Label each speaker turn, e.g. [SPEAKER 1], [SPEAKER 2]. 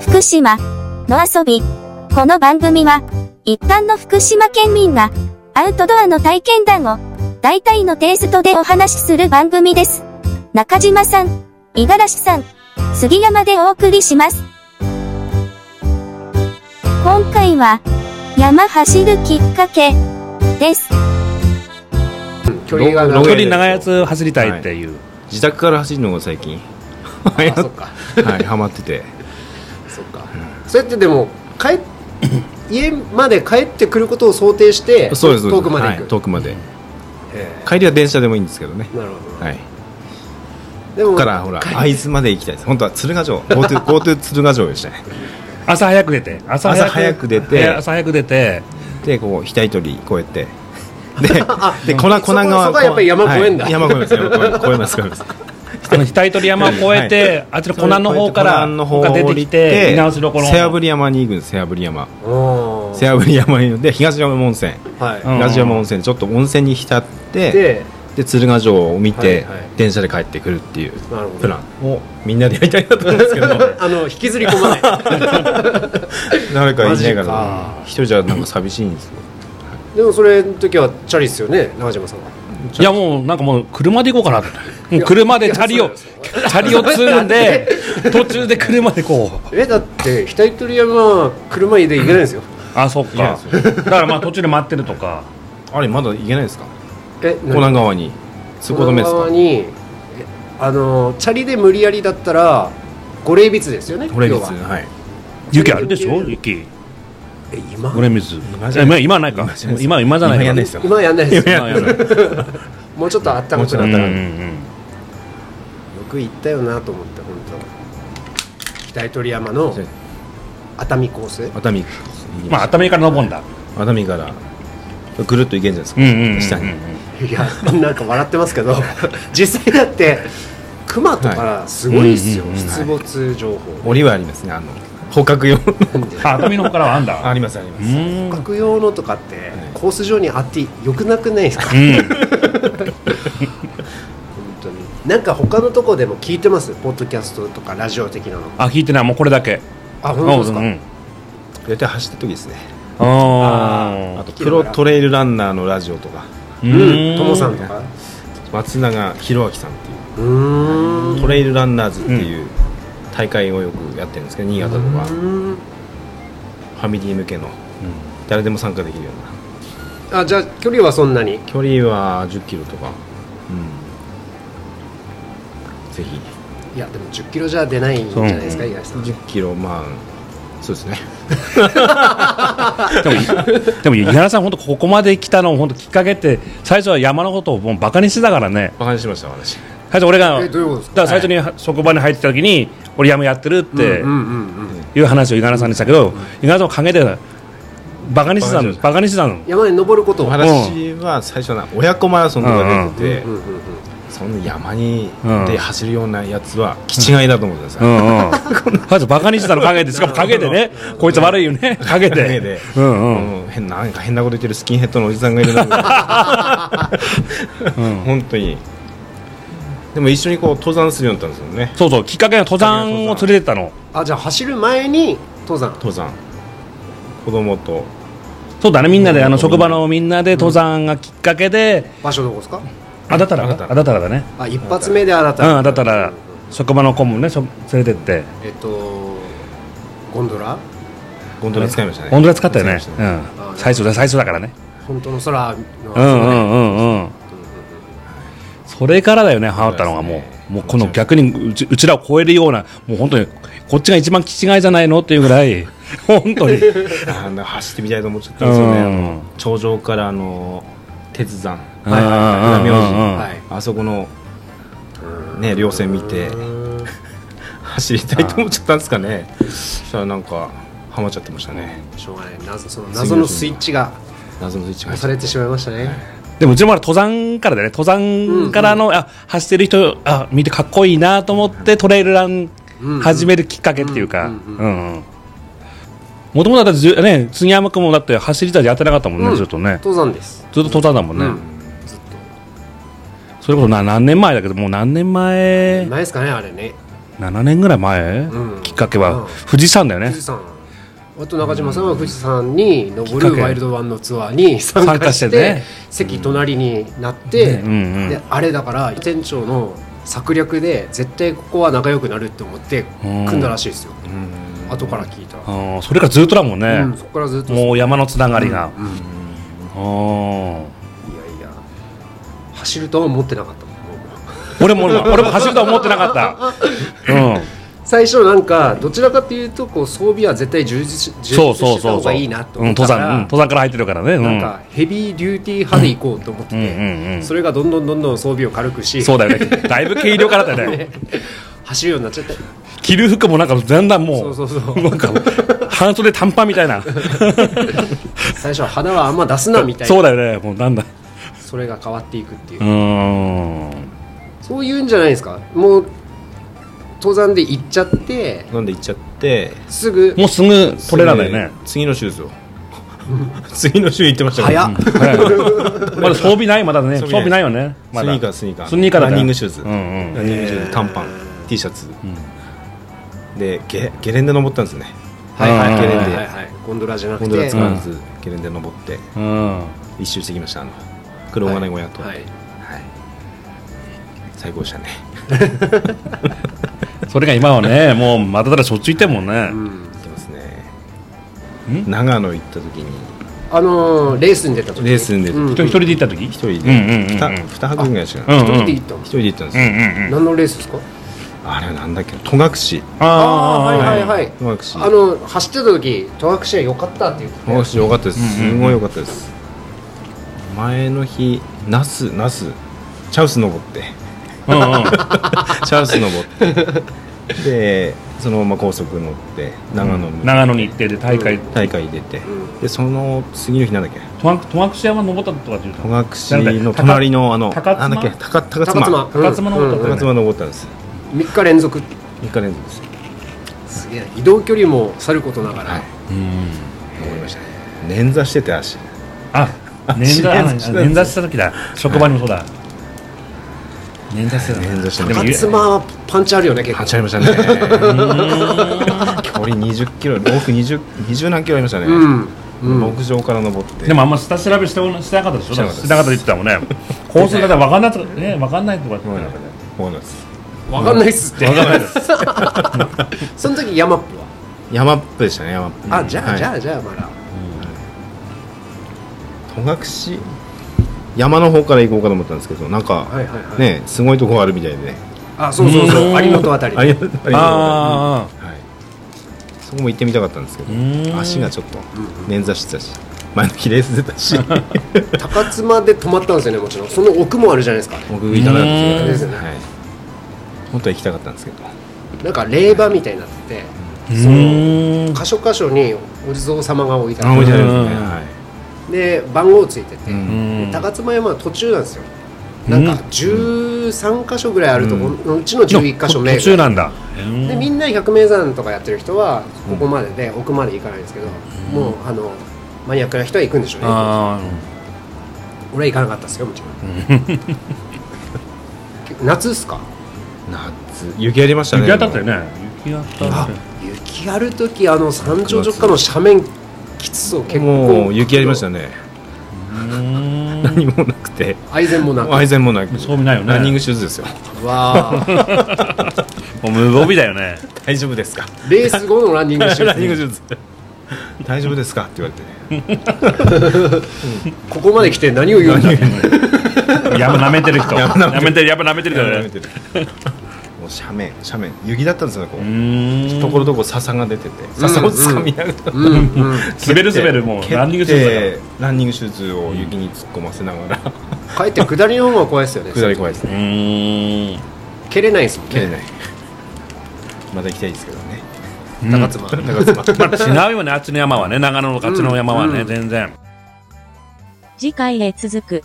[SPEAKER 1] 福島の遊び。この番組は、一般の福島県民が、アウトドアの体験談を、大体のテイストでお話しする番組です。中島さん、五十嵐さん、杉山でお送りします。今回は、山走るきっかけ、です。
[SPEAKER 2] 距離が
[SPEAKER 3] ロ
[SPEAKER 2] 長
[SPEAKER 3] ング
[SPEAKER 2] い
[SPEAKER 3] 距離長いやつ走りたいっていう、
[SPEAKER 4] 自宅から走るのが最近は
[SPEAKER 2] あそっか
[SPEAKER 4] いハマってて
[SPEAKER 2] そっかそれってでも帰っ家まで帰ってくることを想定して
[SPEAKER 4] そうです
[SPEAKER 2] 遠くまで行く、
[SPEAKER 4] はい遠くまで
[SPEAKER 2] へ
[SPEAKER 4] 帰りは電車でもいいんですけどね
[SPEAKER 2] えなるほど、
[SPEAKER 4] はい
[SPEAKER 2] で
[SPEAKER 4] こ
[SPEAKER 2] も
[SPEAKER 4] こからほら会津まで行きたいです本当は鶴ヶ城 GoTo GoTo 鶴ヶ城でしたね
[SPEAKER 3] 朝早く出て朝早く
[SPEAKER 4] 朝早く出て
[SPEAKER 3] いや朝早く出て
[SPEAKER 4] でこう左鳥越えて でで
[SPEAKER 2] そ
[SPEAKER 4] 粉
[SPEAKER 2] こ
[SPEAKER 4] 粉川
[SPEAKER 2] そこはやっぱり山越えんだ
[SPEAKER 4] はい山越えます山越えます越えま す越えます
[SPEAKER 3] あの額取山を越えて、あっちの湖南の方から
[SPEAKER 4] 湖南の方を
[SPEAKER 3] が出てきて見直しどころ
[SPEAKER 4] 背炙り山に行くんです背炙り山
[SPEAKER 2] おー
[SPEAKER 4] 背炙り山にで東山温泉
[SPEAKER 2] はい、
[SPEAKER 3] うん
[SPEAKER 4] 東山温泉ちょっと温泉に浸って
[SPEAKER 2] で
[SPEAKER 4] で鶴ヶ城を見て、
[SPEAKER 2] はいはい
[SPEAKER 4] 電車で帰ってくるっていう
[SPEAKER 2] なるほど
[SPEAKER 4] プランをみんなでやりたいなと思うんですけ ど
[SPEAKER 2] あの引きずり込まない
[SPEAKER 4] 誰かいないか
[SPEAKER 2] マジから
[SPEAKER 4] 一人じゃなんか寂しいんですよ
[SPEAKER 2] でもそれの時はチャリですよね長島さんはい
[SPEAKER 3] やもうなんかもう車で行こうかなともう車でチャリをチャリを積んで途中で車でこう
[SPEAKER 2] えだって額取山は車で行けないんですよ
[SPEAKER 3] あそっかだからまあ途中で待ってるとか
[SPEAKER 4] あれまだ行けないですか
[SPEAKER 2] え
[SPEAKER 4] 湖南川に通行止めです
[SPEAKER 2] この側
[SPEAKER 4] か
[SPEAKER 2] にえあのチャリで無理やりだったら五霊筆ですよね
[SPEAKER 4] これ別
[SPEAKER 2] 要は
[SPEAKER 4] はい
[SPEAKER 3] 雪あるでしょ雪
[SPEAKER 2] え今
[SPEAKER 3] これ水
[SPEAKER 4] 今じゃない
[SPEAKER 3] え今はないか
[SPEAKER 4] 今じゃないです
[SPEAKER 3] 今今じゃないか
[SPEAKER 4] 今やんないですよ
[SPEAKER 2] 今やんないですよ
[SPEAKER 3] 今やんない
[SPEAKER 2] もうちょっとあったか
[SPEAKER 4] もうち
[SPEAKER 2] く
[SPEAKER 4] ょっと
[SPEAKER 2] な
[SPEAKER 4] あ
[SPEAKER 2] っらよ
[SPEAKER 4] ったたかく
[SPEAKER 3] うん
[SPEAKER 2] く行ったよなと思って本当北鳥山の熱海コース
[SPEAKER 4] 熱海
[SPEAKER 3] うんまあ熱海から登んだ
[SPEAKER 4] 熱海からぐるっと行けるんじゃ
[SPEAKER 3] うん
[SPEAKER 4] な
[SPEAKER 3] う
[SPEAKER 4] い
[SPEAKER 3] んうんうん
[SPEAKER 4] ですか下に
[SPEAKER 2] いやなんか笑ってますけど 実際だって熊とかすごいですよ、
[SPEAKER 3] はいうんうんうん
[SPEAKER 2] 出没情報、
[SPEAKER 4] 檻はありますねあの捕獲用
[SPEAKER 3] あ熱海の方からはあんだ
[SPEAKER 4] ありますあり
[SPEAKER 3] う
[SPEAKER 4] ます
[SPEAKER 3] んうん
[SPEAKER 2] 学用のとかって、コース上にあってよくなくないですか本当になんか他のとこでも聞いてますポッドキャストとかラジオ的なの
[SPEAKER 3] あ聞いてないもうこれだけ
[SPEAKER 2] あ本当ですか、
[SPEAKER 3] うんうん
[SPEAKER 4] 大体走った時ですね
[SPEAKER 3] あ
[SPEAKER 4] あとプロトレイルランナーのラジオとか
[SPEAKER 3] ー
[SPEAKER 2] う、
[SPEAKER 3] うんん
[SPEAKER 2] ともさんとか
[SPEAKER 4] 松永弘明さんっていう
[SPEAKER 2] うーん
[SPEAKER 4] トレイルランナーズっていう大会をよくやってるんですけど新潟とかフ
[SPEAKER 2] うん
[SPEAKER 4] ァミリー向けの誰でも参加できるような
[SPEAKER 2] あじゃあ距離はそんなに
[SPEAKER 4] 距離は1 0キロとか、うん、ぜひ
[SPEAKER 2] いやでも1 0キロじゃ出ないんじゃないですか五十嵐
[SPEAKER 3] そう
[SPEAKER 2] さん
[SPEAKER 4] 1 0キロまあそうですね
[SPEAKER 3] でも、でも、井原さん、本当、ここまで来たの、本当、きっかけって、最初は山のことをもうバカにしてたからね、
[SPEAKER 4] バカにしました私
[SPEAKER 3] 最初、俺が、
[SPEAKER 2] え
[SPEAKER 3] だ
[SPEAKER 2] どういうことですか
[SPEAKER 3] から最初には職場に入ってた時に、俺、山やってるって
[SPEAKER 2] うんうんうんうん
[SPEAKER 3] いう話を井原さんにしたけど、井原さんは陰で、バカにしてたの、
[SPEAKER 4] バ
[SPEAKER 3] バカにしてたの、
[SPEAKER 2] 山に登ること
[SPEAKER 4] お
[SPEAKER 2] を
[SPEAKER 4] 話は最初は親子マラソンとか出てて、
[SPEAKER 2] うんうんうん
[SPEAKER 4] そんな山に
[SPEAKER 3] うん
[SPEAKER 4] で走るようなやつは気違いだと思ってください、
[SPEAKER 3] うんうん、 最初、バカにしてたの、陰で、しかも陰でね、こいつ悪いよね、陰で、
[SPEAKER 4] 陰で
[SPEAKER 3] うんうん、
[SPEAKER 4] うん変ななんか変なこと言ってるスキンヘッドのおじさんがいるなみたい な本当にでも一緒にこう登山するようになったんですよね
[SPEAKER 3] そうそう、きっかけは登山を連れてったの、
[SPEAKER 2] あじゃあ走る前に登山
[SPEAKER 4] 登山子供と
[SPEAKER 3] そうだね、みんなで、あの職場のみんなで登山がきっかけで、
[SPEAKER 2] 場所どこですか
[SPEAKER 3] あだたら、
[SPEAKER 4] あ
[SPEAKER 3] あ
[SPEAKER 4] だたら
[SPEAKER 3] だたらだね。
[SPEAKER 2] あ一発目であなた
[SPEAKER 3] うん、だったら職場の子もねしょ連れてって
[SPEAKER 2] えっとゴンドラ
[SPEAKER 4] ゴンドラ使いましたね
[SPEAKER 3] 本当は使ったよね
[SPEAKER 4] 使いまし
[SPEAKER 3] う
[SPEAKER 4] た
[SPEAKER 3] ん
[SPEAKER 2] あ
[SPEAKER 3] 最初だ最初だからね
[SPEAKER 2] 本当の空の
[SPEAKER 3] うんうんうんうんそれからだよねハマったの
[SPEAKER 4] そう
[SPEAKER 3] がも
[SPEAKER 4] ですね
[SPEAKER 3] うもうこの逆にうちうちらを超えるようなもう本当にこっちが一番気違いじゃないのっていうぐら い本当に
[SPEAKER 4] あなんか走ってみたいと思っちゃったんですよねあ
[SPEAKER 3] うん
[SPEAKER 4] の頂上からあの鉄山
[SPEAKER 3] うんうんうんうん
[SPEAKER 2] はい
[SPEAKER 4] あそこのね稜線見て
[SPEAKER 2] うん
[SPEAKER 4] 走りたいと思っちゃったんですかねそしたらなんかハマっちゃってましたね
[SPEAKER 2] しょうがない謎その謎のスイッチが
[SPEAKER 4] 謎のスイッチが
[SPEAKER 2] 押されてしまいましたね
[SPEAKER 3] でもうちもまだ登山からだよね登山からのあ走ってる人あ見てかっこいいなと思ってトレイルラン
[SPEAKER 2] うん
[SPEAKER 3] 始めるきっかけっていうか
[SPEAKER 2] うんうん
[SPEAKER 3] もともとだってじゅね杉山君もだって走りたいでやってなかったもんね、
[SPEAKER 2] うん
[SPEAKER 3] ずっとね
[SPEAKER 2] 登山です
[SPEAKER 3] ずっと登山だもんね、
[SPEAKER 2] うん
[SPEAKER 3] それこそな何年前だけどもう何年前
[SPEAKER 2] 前ですかねあれね
[SPEAKER 3] 7年ぐらい前、
[SPEAKER 2] うん
[SPEAKER 3] きっかけ
[SPEAKER 2] うん
[SPEAKER 3] は富士山だよね
[SPEAKER 2] 富士山あと中島さんは富士山に登
[SPEAKER 3] きっか
[SPEAKER 2] る
[SPEAKER 3] け
[SPEAKER 2] ワイルドワンのツアーに参
[SPEAKER 3] 参加
[SPEAKER 2] 加
[SPEAKER 3] して
[SPEAKER 2] して
[SPEAKER 3] ね
[SPEAKER 2] 席隣になって、
[SPEAKER 3] うんうん
[SPEAKER 2] であれだから店長の策略で絶対ここは仲良くなるって思って
[SPEAKER 3] うん
[SPEAKER 2] 組んだらしいですよ、
[SPEAKER 4] うん
[SPEAKER 2] 後から聞いたら、
[SPEAKER 3] あーそれからずっとだもんね
[SPEAKER 2] うん、、そこからずっと
[SPEAKER 3] もう山のつながりが、
[SPEAKER 2] うんうんい
[SPEAKER 3] あー
[SPEAKER 2] やいや走るとは思ってなかったもんもう
[SPEAKER 3] 俺も俺も俺も走るとは思ってなか った、うん、
[SPEAKER 2] 最初なんかどちらかというとこう装備は絶対充実し充
[SPEAKER 3] そう
[SPEAKER 2] 実
[SPEAKER 3] そう
[SPEAKER 2] した
[SPEAKER 3] そう
[SPEAKER 2] 方
[SPEAKER 3] そ
[SPEAKER 2] が
[SPEAKER 3] う
[SPEAKER 2] いいなと
[SPEAKER 3] うん
[SPEAKER 2] 思っ
[SPEAKER 3] 登
[SPEAKER 2] たか
[SPEAKER 3] 山、
[SPEAKER 2] ら、
[SPEAKER 3] うん登山から入ってるからね、うん、
[SPEAKER 2] なんかヘビーデューティー派で行こうと思ってて、
[SPEAKER 3] うんうんうん
[SPEAKER 2] それがどんどんどんどん装備を軽くし
[SPEAKER 3] そうだよねだいぶ軽量からだよね
[SPEAKER 2] 走るようになっちゃった
[SPEAKER 3] 着る服もなんかだんだんもう
[SPEAKER 2] そうそうそう
[SPEAKER 3] なんか半袖短パンみたいな
[SPEAKER 2] 最初は花はあんま出すなみたいな
[SPEAKER 3] そうだよねもうだんだん
[SPEAKER 2] それが変わっていくっていう、
[SPEAKER 3] うーん
[SPEAKER 2] そういうんじゃないですかもう登山で行っちゃって
[SPEAKER 4] なんで行っちゃって
[SPEAKER 2] すぐ
[SPEAKER 3] もうすぐトレーラーだよね
[SPEAKER 4] 次次の週ですよ 次の週行ってました
[SPEAKER 2] 早っ、
[SPEAKER 3] 早いまだ装備ないまだね装
[SPEAKER 4] 装
[SPEAKER 3] 備
[SPEAKER 4] 備
[SPEAKER 3] な
[SPEAKER 4] ない
[SPEAKER 3] いよねま
[SPEAKER 4] ス
[SPEAKER 3] だ
[SPEAKER 4] ニーカースニーカー
[SPEAKER 3] スニーカーだ
[SPEAKER 4] ラ
[SPEAKER 3] ね
[SPEAKER 4] ンニングシューズ、
[SPEAKER 3] うんうん
[SPEAKER 4] ランニングシューズ短パン T シャツ、でゲゲレンデ登ったんですね
[SPEAKER 2] はいはい
[SPEAKER 4] ゲ
[SPEAKER 2] はい
[SPEAKER 4] レ
[SPEAKER 2] は
[SPEAKER 4] ン
[SPEAKER 2] い
[SPEAKER 4] デ、
[SPEAKER 2] はいはいゴンドラじゃなく
[SPEAKER 4] ゴン
[SPEAKER 2] て
[SPEAKER 4] ドラ使
[SPEAKER 3] う
[SPEAKER 4] わず、ゲレンデ登って
[SPEAKER 3] うんうん
[SPEAKER 4] 一周してきましたあの黒金小屋と、
[SPEAKER 2] はいはい
[SPEAKER 4] はい最高でしたね
[SPEAKER 3] それが今はねもうまたたらしょっちゅう行ってるもんね
[SPEAKER 2] うん
[SPEAKER 4] 行ってますね
[SPEAKER 3] ん
[SPEAKER 4] 長野行った時に
[SPEAKER 2] あのーレースに出た時
[SPEAKER 4] レースに出た時
[SPEAKER 2] うん
[SPEAKER 3] 一人一人で行った時
[SPEAKER 4] 一人で
[SPEAKER 3] うんうんうんうん
[SPEAKER 4] 二二泊ぐらいしか
[SPEAKER 3] う
[SPEAKER 4] ない
[SPEAKER 2] 一
[SPEAKER 3] ん
[SPEAKER 2] 人で行ったん
[SPEAKER 4] 一
[SPEAKER 2] です
[SPEAKER 4] 人で行ったんです
[SPEAKER 3] うん
[SPEAKER 4] よ、
[SPEAKER 3] うんうん
[SPEAKER 2] 何のレースですか
[SPEAKER 4] あれはなんだっけ戸隠
[SPEAKER 2] ああーはいはいはい
[SPEAKER 4] 戸隠
[SPEAKER 2] あの走ってた時戸隠は良かったって言って
[SPEAKER 4] 戸隠良かったです、
[SPEAKER 3] うんうんうん
[SPEAKER 4] すごい良かったです前の日那須那須チャウス登って
[SPEAKER 3] うんうん
[SPEAKER 4] チャウス登ってでそのまま高速乗って長野の
[SPEAKER 3] 長野に行ってで大会
[SPEAKER 4] 大会出て、
[SPEAKER 2] ん
[SPEAKER 4] でその次の日なんだっけ
[SPEAKER 3] 戸隠戸隠山登ったとかっていうと
[SPEAKER 4] 戸隠の隣のあの
[SPEAKER 3] 高
[SPEAKER 4] なんだっけ高
[SPEAKER 3] 妻
[SPEAKER 4] 高妻
[SPEAKER 2] 高妻
[SPEAKER 3] 高妻の方だったよ
[SPEAKER 4] 高妻登ったんです
[SPEAKER 2] 3日連続
[SPEAKER 4] 3日連続です
[SPEAKER 2] すげえ移動距離もさることながら、
[SPEAKER 4] はい
[SPEAKER 3] うん
[SPEAKER 4] 登りましたね捻挫してて足
[SPEAKER 3] あ捻挫
[SPEAKER 4] あ
[SPEAKER 3] あ
[SPEAKER 4] 捻挫した
[SPEAKER 3] 捻挫した時だ職場にもそうだ捻挫してた
[SPEAKER 4] 捻挫してま
[SPEAKER 3] でも
[SPEAKER 4] した
[SPEAKER 2] 勝間はパンチあるよね結構
[SPEAKER 4] 走りましたね 距離20キロ往復20 20何キロありましたね、
[SPEAKER 2] うん、うん、
[SPEAKER 4] 牧場から登って
[SPEAKER 3] でもあんま下調べしておしてなかったでしょ
[SPEAKER 4] してなかったです
[SPEAKER 3] してなかったって言ってたもんねコースがだ分かんないとかね分かんないとかって
[SPEAKER 4] もうなん
[SPEAKER 3] 分
[SPEAKER 4] かねこうなんです
[SPEAKER 2] わかんないっすって
[SPEAKER 3] かんないです
[SPEAKER 2] その時山っぷは、
[SPEAKER 4] 山っぷでしたね山っぷ
[SPEAKER 2] あじゃあ、
[SPEAKER 4] はい
[SPEAKER 2] じゃあじゃあまだ
[SPEAKER 4] 戸隠山の方から行こうかと思ったんですけどなんか、
[SPEAKER 2] はいはいはい
[SPEAKER 4] ねすごいとこあるみたいでね
[SPEAKER 2] あそうそうそう有本あたり
[SPEAKER 4] ありがとうございま
[SPEAKER 3] あ
[SPEAKER 4] すはいそこも行ってみたかったんですけど
[SPEAKER 3] ーん
[SPEAKER 4] 足がちょっと捻挫してたし前の日レース出たし
[SPEAKER 2] 高妻で止まったんですよねもちろんその奥もあるじゃないですか
[SPEAKER 4] 僕行かなかったです
[SPEAKER 2] うーん
[SPEAKER 4] はい本当は行きたかったんですけど
[SPEAKER 2] なんか霊場みたいになってて
[SPEAKER 3] あう
[SPEAKER 2] その
[SPEAKER 3] ーん
[SPEAKER 2] 箇所箇所にお地蔵様が置いて
[SPEAKER 4] あ
[SPEAKER 2] あ
[SPEAKER 4] 置い
[SPEAKER 2] って
[SPEAKER 4] ある
[SPEAKER 3] る
[SPEAKER 4] ん
[SPEAKER 3] ん
[SPEAKER 4] で
[SPEAKER 3] ですす
[SPEAKER 4] ね
[SPEAKER 3] ね
[SPEAKER 4] はい
[SPEAKER 2] で番号ついてて、
[SPEAKER 4] うん
[SPEAKER 2] で高妻山は途中なんですよなんか
[SPEAKER 3] うん
[SPEAKER 2] 13箇所ぐらいあるとこのうちの11箇所目
[SPEAKER 3] 途中なんだ
[SPEAKER 2] でみんな百名山とかやってる人はここまでで奥まで行かないんですけど、もうあのマニアックな人は行くんでしょうね
[SPEAKER 3] あ
[SPEAKER 2] 俺は行かなかったですよもちろん夏っすか
[SPEAKER 4] 夏雪ありまし
[SPEAKER 3] あ
[SPEAKER 4] たね
[SPEAKER 3] 雪当たったよね雪当た
[SPEAKER 2] あ
[SPEAKER 3] っ
[SPEAKER 2] 雪ある時あの三頂直下の斜面きつそう結構
[SPEAKER 4] もう雪ありましたね
[SPEAKER 3] たうー ん
[SPEAKER 4] 何もなくて
[SPEAKER 2] 愛禅もな
[SPEAKER 4] アイ
[SPEAKER 2] く
[SPEAKER 4] ゼンもなく
[SPEAKER 3] 装備ないよね
[SPEAKER 4] ランニングシューズですよ
[SPEAKER 2] わあ
[SPEAKER 3] もう無防備だよね
[SPEAKER 4] 大丈夫ですか
[SPEAKER 2] レース後のランニングシュ
[SPEAKER 4] ランニング
[SPEAKER 2] ー
[SPEAKER 4] シ
[SPEAKER 2] ズ
[SPEAKER 4] ューズ大丈夫ですかって言われて
[SPEAKER 2] ここまで来て何を言うんだ
[SPEAKER 3] 山舐めてる 人
[SPEAKER 4] 山舐めてる
[SPEAKER 3] 舐めてる山舐めてるからね
[SPEAKER 4] もう斜面斜面雪だったんですよこ
[SPEAKER 3] う
[SPEAKER 4] う
[SPEAKER 3] ーん
[SPEAKER 4] ところどころ笹が出てて笹をつかみながら
[SPEAKER 2] うんうん
[SPEAKER 3] 滑る滑るもうランニングシューズだから
[SPEAKER 4] ズランニングシューズを雪に突っ込ませながら
[SPEAKER 2] 帰って下りの方が怖いですよね
[SPEAKER 4] 下り怖いです
[SPEAKER 3] う
[SPEAKER 4] ね
[SPEAKER 3] ーん
[SPEAKER 2] 蹴れないですもん
[SPEAKER 4] 蹴れ
[SPEAKER 2] ね
[SPEAKER 4] ないまた行きたいですけどね
[SPEAKER 2] 高妻
[SPEAKER 4] 高妻
[SPEAKER 3] 違うよねあっちの山はね長野のあっちの山はね、全然
[SPEAKER 5] 次回へ続く。